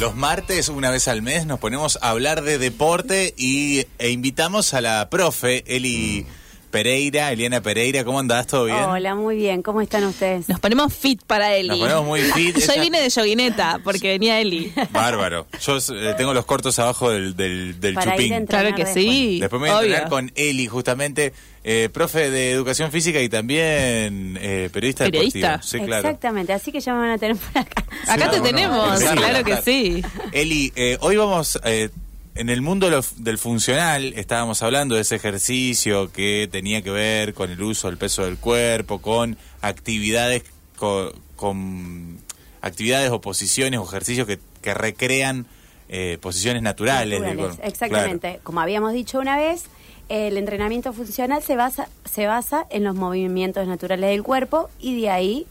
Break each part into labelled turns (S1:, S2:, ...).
S1: Los martes, una vez al mes, nos ponemos a hablar de deporte y, e invitamos a la profe Eli Pereira, Eliana Pereira. ¿Cómo andás? ¿Todo bien?
S2: Hola, muy bien. ¿Cómo están ustedes?
S3: Nos ponemos fit para Eli.
S1: Nos ponemos muy fit.
S3: Yo
S1: Ella-
S3: vine de joguineta porque venía Eli.
S1: Bárbaro. Yo eh, tengo los cortos abajo del, del, del
S2: Para ir
S1: chupín.
S2: dentro.
S3: Claro que sí.
S1: Después me voy a
S3: obvio.
S1: entrenar con Eli, justamente, eh, profe de educación física y también eh, periodista,
S3: Periodista.
S1: deportivo. Sí, claro. Ah,
S2: Exactamente. Así que ya me van a tener por acá.
S3: Acá
S1: Sí,
S3: te
S1: no, no,
S3: tenemos,
S1: sí,
S3: claro que
S1: claro.
S3: sí.
S1: Eli, eh, hoy vamos, eh, en el mundo lo- del funcional, estábamos hablando de ese ejercicio que tenía que ver con el uso del peso del cuerpo, con actividades, co- con, actividades o posiciones o ejercicios que, que recrean eh, posiciones naturales. del
S2: Naturales,
S1: cuerpo.
S2: Exactamente. Como habíamos dicho una vez, el entrenamiento funcional se basa, se basa en los movimientos naturales del cuerpo y de ahí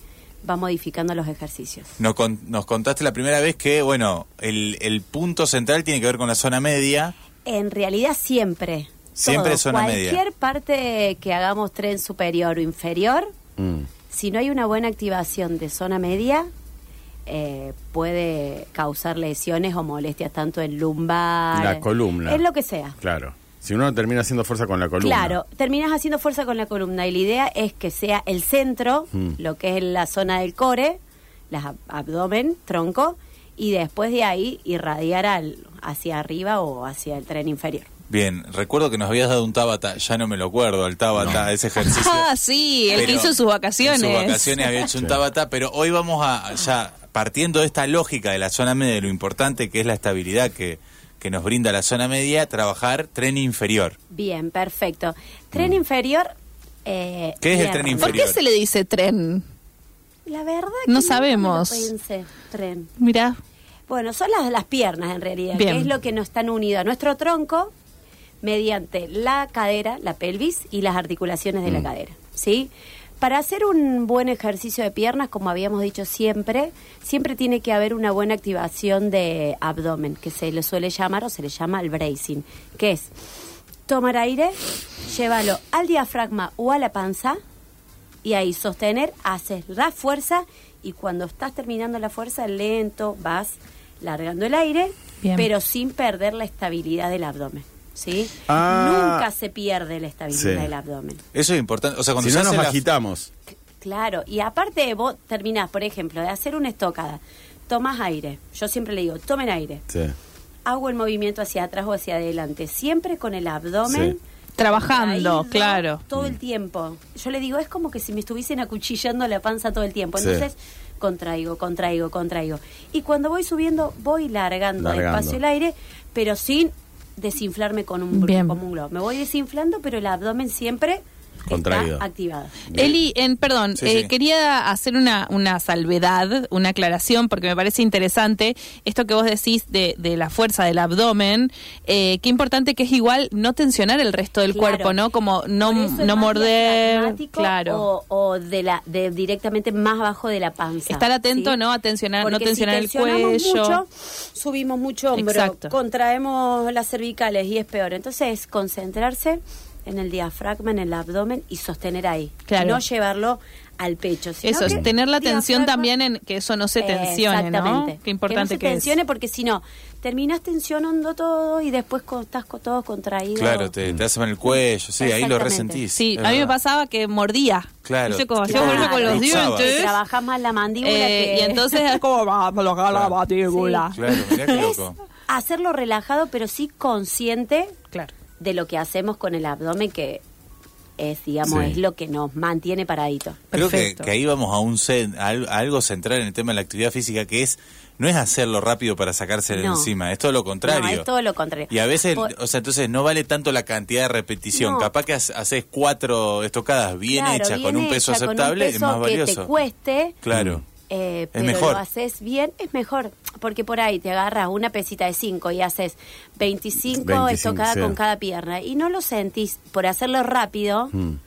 S2: va modificando los ejercicios.
S1: Nos, con- nos contaste la primera vez que, bueno, el, el punto central tiene que ver con la zona media.
S2: En realidad siempre.
S1: Siempre
S2: todo,
S1: es zona media.
S2: Cualquier parte que hagamos tren superior o inferior,
S4: Mm,
S2: si no hay una buena activación de zona media, eh, puede causar lesiones o molestias tanto en lumbar.
S4: La columna.
S2: En lo que sea.
S4: Claro. Si uno termina haciendo fuerza con la columna.
S2: Claro, terminas haciendo fuerza con la columna y la idea es que sea el centro,
S4: Mm.
S2: lo que es la zona del core, las ab- abdomen, tronco, y después de ahí irradiar al, hacia arriba o hacia el tren inferior.
S1: Bien, recuerdo que nos habías dado un Tabata, ya no me lo acuerdo, el Tabata, ese ejercicio.
S3: Ah, sí, el que
S1: Pero
S3: hizo sus vacaciones.
S1: En sus vacaciones había hecho un tabata, pero hoy vamos a, ya partiendo de esta lógica de la zona media, de lo importante que es la estabilidad que, que nos brinda la zona media, trabajar tren inferior.
S2: Bien, perfecto.
S4: Mm.
S2: Tren inferior... eh,
S1: ¿Qué es el
S2: bien.
S1: tren
S3: ¿Por
S1: inferior?
S3: qué se le dice tren?
S2: La verdad que nunca me
S3: No
S2: lo
S3: sabemos.
S2: pensé, tren.
S3: Mirá,
S2: Bueno, son las, las piernas en realidad,
S3: Bien.
S2: que es lo que nos están unido a nuestro tronco mediante la cadera, la pelvis y las articulaciones de la cadera, ¿sí? Para hacer un buen ejercicio de piernas, como habíamos dicho siempre, siempre tiene que haber una buena activación de abdomen, que se le suele llamar o se le llama el bracing, que es tomar aire, llévalo al diafragma o a la panza y ahí sostener, haces la fuerza y cuando estás terminando la fuerza, lento, vas largando el aire,
S3: Bien.
S2: pero sin perder la estabilidad del abdomen. ¿sí?
S4: Ah.
S2: Nunca se pierde la estabilidad
S4: Sí.
S2: del abdomen.
S1: Eso es importante. O sea, cuando
S4: Si
S1: se
S4: no nos
S1: hace la-
S4: agitamos.
S2: Claro, y aparte vos terminás, por ejemplo, de hacer una estocada, tomas aire, yo siempre le digo, tomen aire,
S4: Sí.
S2: hago el movimiento hacia atrás o hacia adelante, siempre con el abdomen.
S4: Sí.
S3: trabajando,
S2: traído
S3: claro.
S2: Todo el tiempo. Yo le digo, es como que si me estuviesen acuchillando la panza todo el tiempo.
S4: Sí.
S2: Entonces, contraigo, contraigo, contraigo. Y cuando voy subiendo, voy largando,
S4: Largando.
S2: despacio el aire, pero sin desinflarme con un,
S3: Bien.
S2: como un globo. Me voy desinflando, pero el abdomen siempre
S4: Contraído.
S2: está activado.
S3: Eli, en, perdón,
S1: Sí,
S3: eh,
S1: sí.
S3: quería hacer una, una salvedad, una aclaración, porque me parece interesante esto que vos decís de, de la fuerza del abdomen. Eh, qué importante que es igual no tensionar el resto del
S2: Claro.
S3: cuerpo, ¿no? Como no,
S2: Por eso es
S3: no
S2: más
S3: morder.
S2: diafragmático
S3: Claro.
S2: O, o de la, de directamente más abajo de la panza.
S3: Estar atento,
S2: ¿sí?
S3: ¿no? A tensionar, no
S2: Porque si
S3: tensionar el
S2: tensionamos
S3: cuello.
S2: mucho, subimos mucho hombro,
S3: Exacto.
S2: contraemos las cervicales y es peor. Entonces, concentrarse en el diafragma, en el abdomen y sostener ahí.
S3: Claro.
S2: No llevarlo al pecho. sino
S3: Eso,
S2: que
S3: es tener la
S2: diafragma-
S3: atención también en que eso no se tensione,
S2: Exactamente.
S3: ¿no? Qué importante
S2: que,
S3: que,
S2: no se tensione
S3: es.
S2: porque si no, terminás tensionando todo y después co- estás co- todo contraído.
S1: Claro, te, te hacen el cuello, sí, ahí lo
S2: Exactamente.
S1: resentís.
S3: Sí,
S1: es
S3: a mí me
S1: verdad.
S3: pasaba que mordía.
S1: Claro.
S3: Yo como, yo
S2: Claro.
S3: vuelvo con los
S1: Cruzaba.
S3: dientes.
S2: Trabajás más la mandíbula
S3: eh,
S2: que...
S3: y entonces es como, va, me lo jala la
S1: Claro.
S3: mandíbula.
S1: Claro, mirá qué
S2: Es
S1: loco.
S2: hacerlo relajado, pero sí consciente
S3: Claro.
S2: de lo que hacemos con el abdomen, que es, digamos,
S4: Sí.
S2: es lo que nos mantiene paradito.
S1: Creo que,
S3: Perfecto.
S1: que ahí vamos a, un cen- a al- a algo central en el tema de la actividad física, que es no es hacerlo rápido para sacárselo
S2: No.
S1: encima, es todo lo contrario.
S2: No, es todo lo contrario.
S1: Y a veces,
S2: Por-
S1: o sea, entonces no vale tanto la cantidad de repetición.
S2: No.
S1: Capaz que ha- haces cuatro estocadas bien
S2: claro,
S1: hechas, con
S2: bien
S1: un peso
S2: hecha, con un
S1: aceptable,
S2: peso
S1: es más valioso.
S2: que te cueste,
S1: Claro.
S2: eh, pero
S1: mejor.
S2: lo haces bien, es mejor. Porque por ahí te agarras una pesita de 5 y haces 25,
S4: 25,
S2: estocadas
S4: sí.
S2: con cada pierna. Y no lo sentís por hacerlo rápido.
S1: Mm,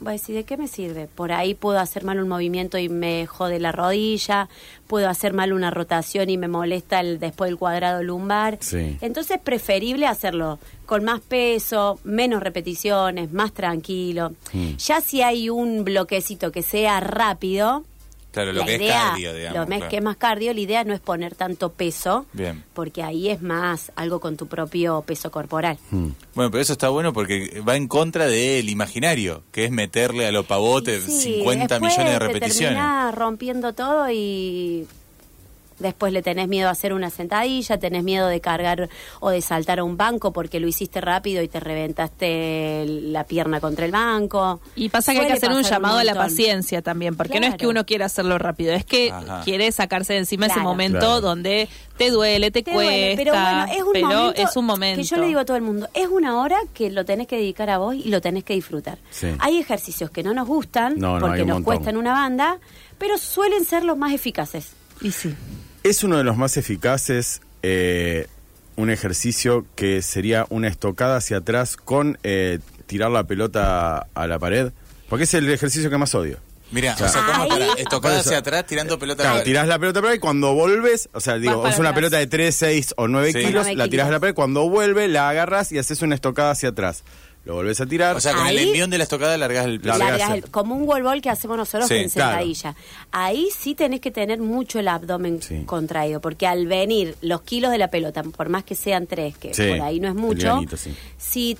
S2: Voy a decir, Pues, ¿de qué me sirve? Por ahí puedo hacer mal un movimiento y me jode la rodilla, puedo hacer mal una rotación y me molesta el, después el cuadrado lumbar.
S4: Sí.
S2: Entonces, preferible hacerlo con más peso, menos repeticiones, más tranquilo. Ya si hay un bloquecito que sea rápido,
S1: Claro, lo
S2: La
S1: que
S2: idea,
S1: es cardio, digamos.
S2: Lo mes-
S1: claro.
S2: que es más cardio, la idea no es poner tanto peso,
S1: Bien.
S2: porque ahí es más algo con tu propio peso corporal.
S1: Bueno, pero eso está bueno porque va en contra del imaginario, que es meterle a los pavotes
S2: Sí,
S1: 50
S2: después
S1: millones de
S2: te
S1: repeticiones.
S2: terminás rompiendo todo y después le tenés miedo a hacer una sentadilla, tenés miedo de cargar o de saltar a un banco porque lo hiciste rápido y te reventaste el- la pierna contra el banco.
S3: Y pasa que hay que
S2: Suele
S3: hacer un
S2: pasar
S3: llamado a la
S2: montón.
S3: paciencia también, porque no es que
S2: Claro.
S3: uno quiera hacerlo rápido, es que
S1: Ajá.
S3: quiere sacarse de encima ese
S2: Claro.
S3: momento
S4: Claro.
S3: donde te duele, te,
S2: Te
S3: cuesta,
S2: duele, pero Este, bueno, es un,
S3: pero
S2: momento
S3: es un momento.
S2: que yo le digo a todo el mundo, es una hora que lo tenés que dedicar a vos y lo tenés que disfrutar.
S4: Sí.
S2: Hay ejercicios que no nos gustan
S4: No, no, hay
S2: porque
S4: un
S2: nos
S4: montón.
S2: cuestan una banda, pero suelen ser los más eficaces.
S3: Y sí.
S4: Es uno de los más eficaces eh, un ejercicio que sería una estocada hacia atrás con eh, tirar la pelota a la pared. Porque es el ejercicio que más odio.
S1: Mira, o
S4: Claro.
S1: sea, como
S2: Ahí-
S1: para estocada
S4: Por eso. eh,
S1: hacia atrás tirando pelota.
S4: Claro,
S1: al-
S4: tirás la pelota a la pared y cuando vuelves, o sea, digo,
S3: para
S4: es una
S3: atrás.
S4: pelota de 3, 6 o 9
S1: Sí.
S4: kilos,
S2: Nueve
S4: la tirás a la
S2: kilos.
S4: pared, cuando vuelve la agarras y haces una estocada hacia atrás. Lo volvés a tirar.
S1: O sea, con el
S2: Ahí-
S1: envión de la estocada largas el
S4: Larga
S2: Largas
S4: esa.
S2: el- como un wall ball que hacemos nosotros
S1: Sí,
S2: en
S4: claro.
S2: sentadilla. Ahí sí tenés que tener mucho el abdomen
S4: Sí.
S2: contraído, porque al venir los kilos de la pelota, por más que sean tres, que
S4: Sí,
S2: por ahí no es mucho,
S4: livianito, sí.
S2: si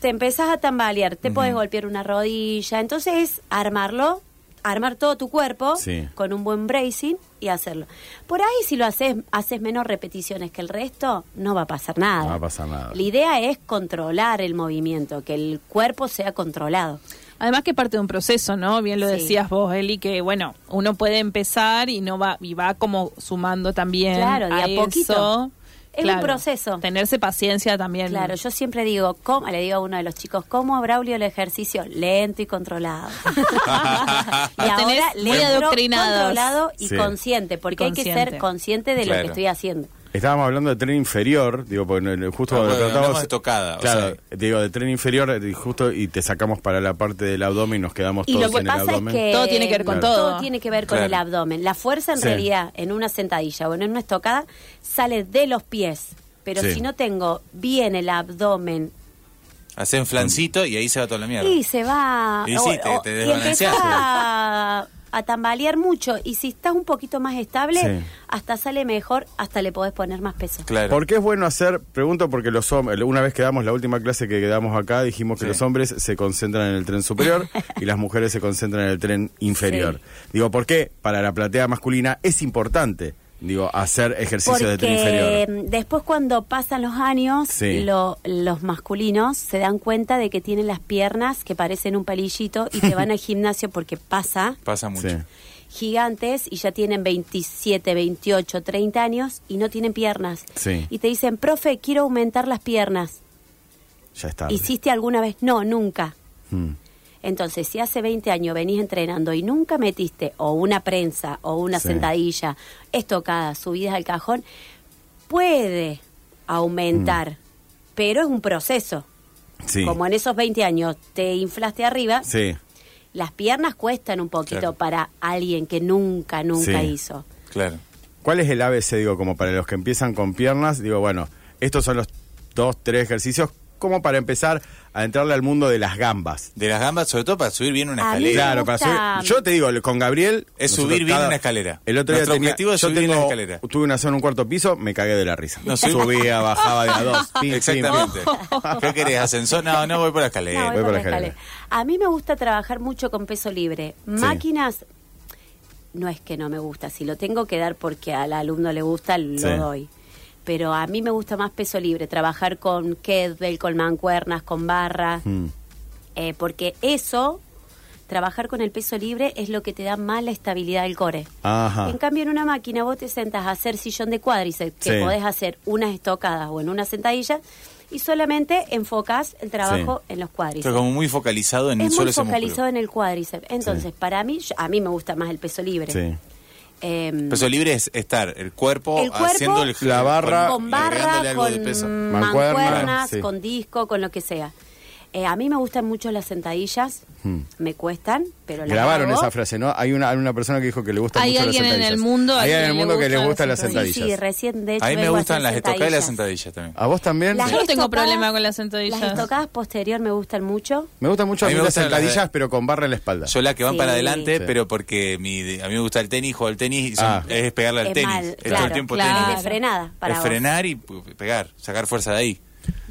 S2: te empezás a tambalear, te podés golpear una rodilla, entonces es armarlo, armar todo tu cuerpo
S4: Sí.
S2: con un buen bracing y hacerlo. Por ahí si lo haces, haces menos repeticiones que el resto, no va a pasar nada.
S4: No va a pasar nada.
S2: La idea es controlar el movimiento, que el cuerpo sea controlado.
S3: Además que parte de un proceso, ¿no? Bien lo
S2: Sí.
S3: decías vos, Eli, que bueno, uno puede empezar y no va y va como sumando también.
S2: Claro, de a poquito.
S3: eso.
S2: Es un proceso.
S3: Tenerse paciencia también.
S2: Claro, yo siempre digo, ¿cómo? le digo a uno de los chicos, ¿cómo Braulio el ejercicio? Lento y controlado. y
S3: Lo tenés
S2: ahora
S3: muy
S2: lento,
S3: adoctrinados.
S2: controlado y
S4: Sí.
S2: consciente, porque hay que
S3: Consciente.
S2: ser consciente de lo
S1: Claro.
S2: que estoy haciendo.
S4: Estábamos hablando de tren inferior, digo, porque no- no- justo
S1: Ah,
S4: cuando
S1: bueno,
S4: tratabas-
S1: hablamos de estocada, o
S4: Claro,
S1: sea.
S4: digo, de tren inferior, eh, justo, y te sacamos para la parte del abdomen y nos quedamos
S2: Y
S4: todos
S2: lo que
S4: en el
S2: pasa es
S4: abdomen.
S2: que
S3: Todo tiene que ver con
S2: todo.
S3: todo.
S2: tiene que ver con
S1: Claro.
S2: el abdomen. La fuerza en
S4: Sí.
S2: realidad en una sentadilla o en una estocada sale de los pies, pero
S4: Sí.
S2: si no tengo bien el abdomen
S1: Hacen flancito y ahí se va toda la mierda.
S2: Y se va.
S1: Y sí, te- te
S2: y
S1: desbalanceás.
S2: empezás a, a tambalear mucho. Y si estás un poquito más estable,
S4: Sí.
S2: hasta sale mejor, hasta le podés poner más peso.
S1: Claro.
S4: ¿Por qué es bueno hacer? Pregunto porque los hombres, una vez que damos la última clase que quedamos acá, dijimos que
S1: Sí.
S4: los hombres se concentran en el tren superior y las mujeres se concentran en el tren inferior. Digo, ¿por qué? Para la platea masculina es importante, digo, hacer ejercicio de tren
S2: Porque
S4: inferior.
S2: mm, después cuando pasan los años,
S4: Sí.
S2: lo- los masculinos se dan cuenta de que tienen las piernas que parecen un palillito y te van al gimnasio porque pasa
S1: Pasa mucho.
S4: Sí.
S2: gigantes y ya tienen 27, 28, 30 años y no tienen piernas.
S4: Sí.
S2: Y te dicen, profe, quiero aumentar las piernas.
S4: Ya está.
S2: ¿Hiciste alguna vez? No, nunca.
S4: Mm.
S2: Entonces, si hace 20 años venís entrenando y nunca metiste o una prensa o una
S4: Sí.
S2: sentadilla, estocada, subidas al cajón, puede aumentar, pero es un proceso.
S4: Mm. Sí.
S2: Como en esos 20 años te inflaste arriba,
S4: Sí.
S2: las piernas cuestan un poquito
S1: Claro.
S2: para alguien que nunca, nunca
S4: Sí.
S2: hizo.
S1: Claro.
S4: ¿Cuál es el ABC, digo, como para los que empiezan con piernas? Digo, bueno, estos son los dos, tres ejercicios como para empezar a entrarle al mundo de las gambas.
S1: De las gambas, sobre todo para subir bien una
S2: A mí
S1: escalera.
S4: Claro,
S2: gusta-
S4: para subir- Yo te digo, con Gabriel.
S1: Es
S4: nosotros
S1: subir bien una escalera.
S4: El otro
S1: Nuestro
S4: día tenía,
S1: objetivo es
S4: yo
S1: subir
S4: tengo-
S1: la escalera.
S4: Tuve una zona en un cuarto piso, me cagué de la risa.
S1: No, subí-
S4: Subía, bajaba de a dos. pim, pim, pim.
S1: Exactamente. ¿Qué querés? ¿Ascensor? No, no voy por la
S2: No,
S1: escalera.
S2: voy
S4: Eh, voy
S2: por
S4: por
S2: la
S4: escalera.
S2: escalera. A mí me gusta trabajar mucho con peso libre. Máquinas, no es que no me gusta. Si lo tengo que dar porque al alumno le gusta, lo
S4: Sí.
S2: doy. Pero a mí me gusta más peso libre, trabajar con kettlebell, con mancuernas, con barra.
S4: Mm.
S2: eh, porque eso, trabajar con el peso libre, es lo que te da más la estabilidad del core.
S4: Ajá.
S2: En cambio, en una máquina vos te sentas a hacer sillón de cuádriceps, que
S4: Sí.
S2: podés hacer unas estocadas o en una sentadilla, y solamente enfocás el trabajo en los cuádriceps
S1: Estoy como muy focalizado en un
S2: es
S1: solo
S2: muy
S1: ese músculo.
S2: focalizado en el cuádriceps. Entonces, para mí, yo- a mí me gusta más el peso libre.
S4: Sí.
S2: Em,
S1: Peso libre es estar el cuerpo,
S2: El cuerpo,
S1: haciendo el
S4: La barra,
S2: con
S1: agregándole
S2: barra,
S1: ah, algo de peso.
S2: con
S4: Mancuerna,
S2: mancuernas,
S4: sí.
S2: con disco, con lo que sea. Eh, a mí me gustan mucho las sentadillas,
S1: Hmm.
S4: Mm.
S2: me cuestan, pero las
S4: Grabaron
S2: hago.
S4: esa frase, ¿no? Hay una, una persona que dijo que le gustan
S3: Hay
S4: mucho las
S3: alguien en el
S4: sentadillas.
S3: mundo a
S4: Hay alguien en el
S3: quien le
S4: mundo que le
S3: gustan
S4: gustan las
S3: las
S2: Sí, sí,
S4: sentadillas.
S2: recién de hecho
S1: A mí me
S2: vengo
S1: gustan
S2: hacer
S1: las estocadas y las
S2: sentadillas.
S1: sentadillas también.
S4: ¿A vos también?
S2: Las
S3: Yo no tengo
S2: estocadas-
S3: problema con las sentadillas.
S2: Las estocadas posterior me gustan mucho.
S4: Me gustan mucho
S1: A mí me
S4: las
S1: gustan las de-
S4: sentadillas, pero con barra en la espalda.
S1: Yo las que van
S2: Sí.
S1: para adelante,
S4: Sí.
S1: pero porque mi, de- a mí me gusta el tenis, juego al tenis y son-
S4: Ah.
S1: es pegarle al
S2: Es
S1: tenis.
S2: mal,
S1: es todo el
S2: claro,
S1: tiempo
S3: claro.
S1: tenis.
S2: Es de frenada para
S1: es
S2: vos.
S1: frenar y pu- pegar, sacar fuerza de ahí.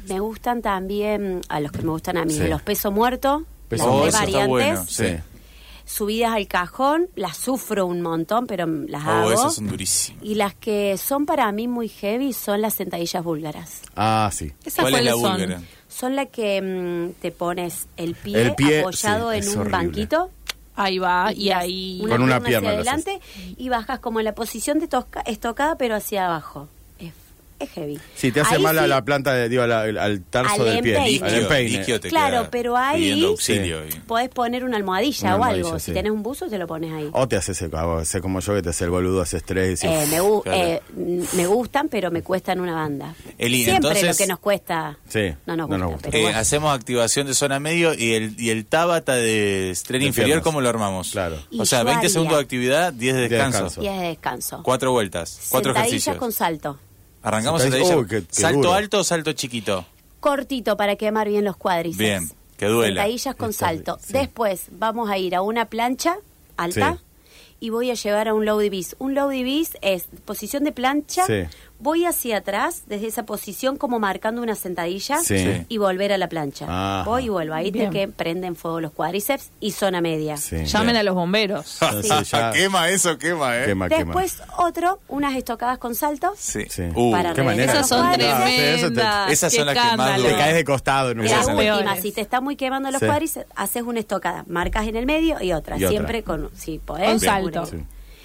S2: Me gustan también, a los que me gustan a mí,
S4: Sí.
S2: los peso muerto,
S4: Peso
S2: las
S4: muerto.
S1: Oh, eso
S2: de
S1: está
S2: variantes,
S1: bueno.
S4: Sí.
S1: Sí.
S2: subidas al cajón, las sufro un montón, pero mm, las
S1: Oh,
S2: hago.
S1: esas son durísimas.
S2: Y las que son para mí muy heavy son las sentadillas búlgaras.
S4: Ah, sí.
S3: ¿Esas
S1: ¿Cuál es la
S3: cuáles son?
S1: búlgara?
S2: Son las que mm, te pones el pie,
S4: El pie,
S2: apoyado
S4: sí,
S2: en
S4: es
S2: un
S4: horrible.
S2: banquito.
S3: Ahí va, Ah, y
S2: las-
S3: ahí...
S4: Con una pierna lo
S2: hacia
S4: haces.
S2: adelante y bajas como en la posición de tosca- estocada, pero hacia abajo. Es, es heavy.
S4: Sí, te hace
S2: Ahí
S4: mal a
S2: sí,
S4: la planta, de, digo, a la- al, al tarso
S2: Al
S4: del pie.
S2: empeine.
S4: Al
S1: Isquio,
S4: empeine.
S1: isquio te
S2: Claro,
S1: queda
S2: pero ahí-
S1: pidiendo auxilio. y-
S2: Podés poner una almohadilla
S4: Una
S2: o
S4: almohadilla,
S2: algo.
S4: sí.
S2: Si tenés un buzo, te lo pones ahí.
S4: O te haces hace como yo que te hace el boludo, haces tres. y-
S2: Eh, me, gu-
S1: claro.
S2: eh, n- me gustan, pero me cuestan una banda.
S1: Eli,
S2: Siempre lo
S1: entonces-
S2: que nos cuesta
S4: Sí,
S2: no nos
S4: no
S2: gusta.
S4: nos gusta.
S2: pero
S1: Eh,
S2: bueno.
S1: hacemos activación de zona medio y el, y el tábata de tren
S4: De
S1: inferior,
S4: piernas.
S1: ¿cómo lo armamos?
S4: Claro.
S2: Y
S1: O sea,
S2: yo
S1: 20
S2: haría-
S1: segundos de actividad, 10 de
S4: De
S1: descanso.
S4: descanso.
S2: Días de descanso.
S1: Cuatro vueltas, cuatro
S2: Sentadillas
S1: ejercicios.
S2: con salto.
S1: Arrancamos
S4: Sentadillas.
S1: sentadilla.
S4: Uy, qué- qué
S1: salto
S4: duro.
S1: alto o salto chiquito.
S2: Cortito para quemar bien los cuádriceps.
S1: Bien, que duela.
S2: Sentadillas con
S4: Está bien,
S2: salto.
S4: sí.
S2: Después vamos a ir a una plancha alta
S4: Sí.
S2: y voy a llevar a un low bis. Un low bis es posición de plancha.
S4: Sí.
S2: Voy hacia atrás desde esa posición como marcando una sentadilla
S4: Sí.
S2: y volver a la plancha.
S4: Ajá.
S2: Voy y vuelvo. Ahí
S3: Bien.
S2: te que prenden fuego los cuádriceps y zona media.
S4: Sí.
S3: Llamen a los bomberos.
S4: Entonces ya-
S1: Ah, quema eso, quema, ¿eh?
S4: Quema, quema.
S2: Después otro, unas estocadas con salto.
S1: Sí.
S4: Sí.
S1: Uh,
S2: Para
S4: qué
S2: reventar
S4: manera.
S3: Esas son
S2: los
S4: tremendas.
S2: cuádriceps.
S4: eso
S3: tremendas.
S4: te-
S1: esas son
S3: qué
S1: las que más
S3: escándalo.
S1: duelen.
S4: Te caes de costado en un
S1: Esas
S2: La
S1: son
S4: momento.
S1: las
S2: última,
S3: peores.
S2: si te está muy quemando los
S4: Sí.
S2: cuádriceps, haces una estocada, marcas en el medio y otra,
S4: Y otra.
S2: siempre con si podés.
S3: Un
S2: con
S3: salto.
S2: una.
S4: Sí.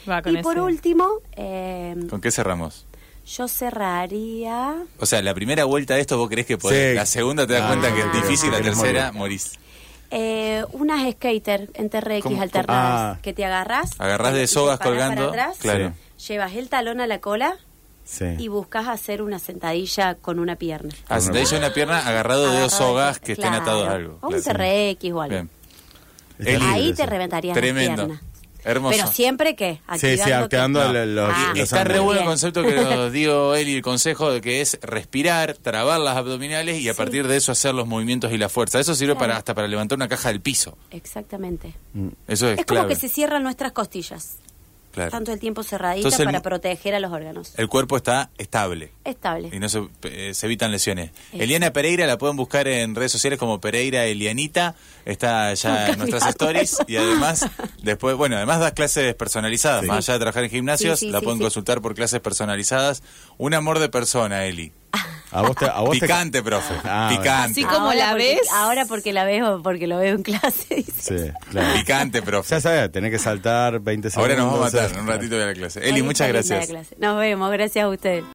S3: Va con
S2: Y por
S3: ese.
S2: último, eh,
S1: ¿Con qué cerramos?
S2: yo cerraría
S1: O sea, la primera vuelta de esto vos crees que podés.
S4: Sí.
S1: La segunda te das
S4: Ah,
S1: cuenta que es
S4: creo
S1: difícil,
S4: que
S1: la
S4: querés
S1: tercera
S4: morir.
S1: morís.
S2: eh, unas skater en TRX
S1: ¿Cómo?
S2: alternadas
S4: Ah.
S2: que te agarras,
S1: Agarrás de
S2: y te
S1: sogas
S2: parás para
S1: colgando.
S2: atrás,
S1: Claro.
S2: llevas el talón a la cola
S4: Sí.
S2: y buscas hacer una sentadilla con una pierna.
S1: Ah, si te hizo una pierna agarrado de dos
S2: Agarrado de-
S1: sogas que estén
S2: claro,
S1: atados a algo.
S2: O un
S1: Claro.
S2: TRX o algo.
S1: Bien.
S4: Está
S1: Eli,
S4: lindo
S2: Ahí
S4: eso.
S2: te reventarías las
S1: Tremendo.
S2: piernas.
S1: Hermoso.
S2: Pero siempre que
S4: Sí, sí, activando
S1: No.
S4: el- los,
S2: Ah,
S1: Y
S4: los
S1: Está re
S4: hombros.
S1: bueno el
S2: Bien.
S1: concepto que nos dio él y el consejo de que es respirar, trabar las abdominales y a partir de eso hacer los movimientos y la fuerza. Eso sirve para
S2: Claro.
S1: hasta para levantar una caja del piso.
S2: Exactamente.
S4: Mm.
S1: Eso es,
S2: Es como
S1: clave.
S2: que se cierran nuestras costillas.
S1: Claro.
S2: Tanto el tiempo cerradita
S1: Entonces el
S2: para
S1: mu-
S2: proteger a los órganos.
S1: El cuerpo está estable y
S2: Estable.
S1: no se, eh, se evitan lesiones. Eliana Pereira la pueden buscar en redes sociales como Pereira Elianita. Está ya en nuestras stories y además después, bueno, además das clases personalizadas.
S4: Sí.
S1: Más allá de trabajar en gimnasios,
S2: Sí, sí,
S1: la
S2: sí,
S1: pueden
S2: sí.
S1: consultar por clases personalizadas. Un amor de persona, Eli.
S4: A vos te, a vos te-
S1: Picante, profe.
S4: Ah, bueno.
S1: Picante.
S3: Así como la
S2: porque-
S3: ves.
S2: Ahora porque la veo, porque lo veo en clase. dice.
S4: Sí, claro.
S1: Picante, profe.
S4: Ya sabes, tenés que saltar 20 segundos. eh.
S1: Ahora nos vamos a
S4: o sea,
S1: matar. En un ratito de la clase. Eli,
S2: Hoy
S1: muchas
S2: está linda la
S1: gracias.
S2: clase. Nos vemos. Gracias a ustedes.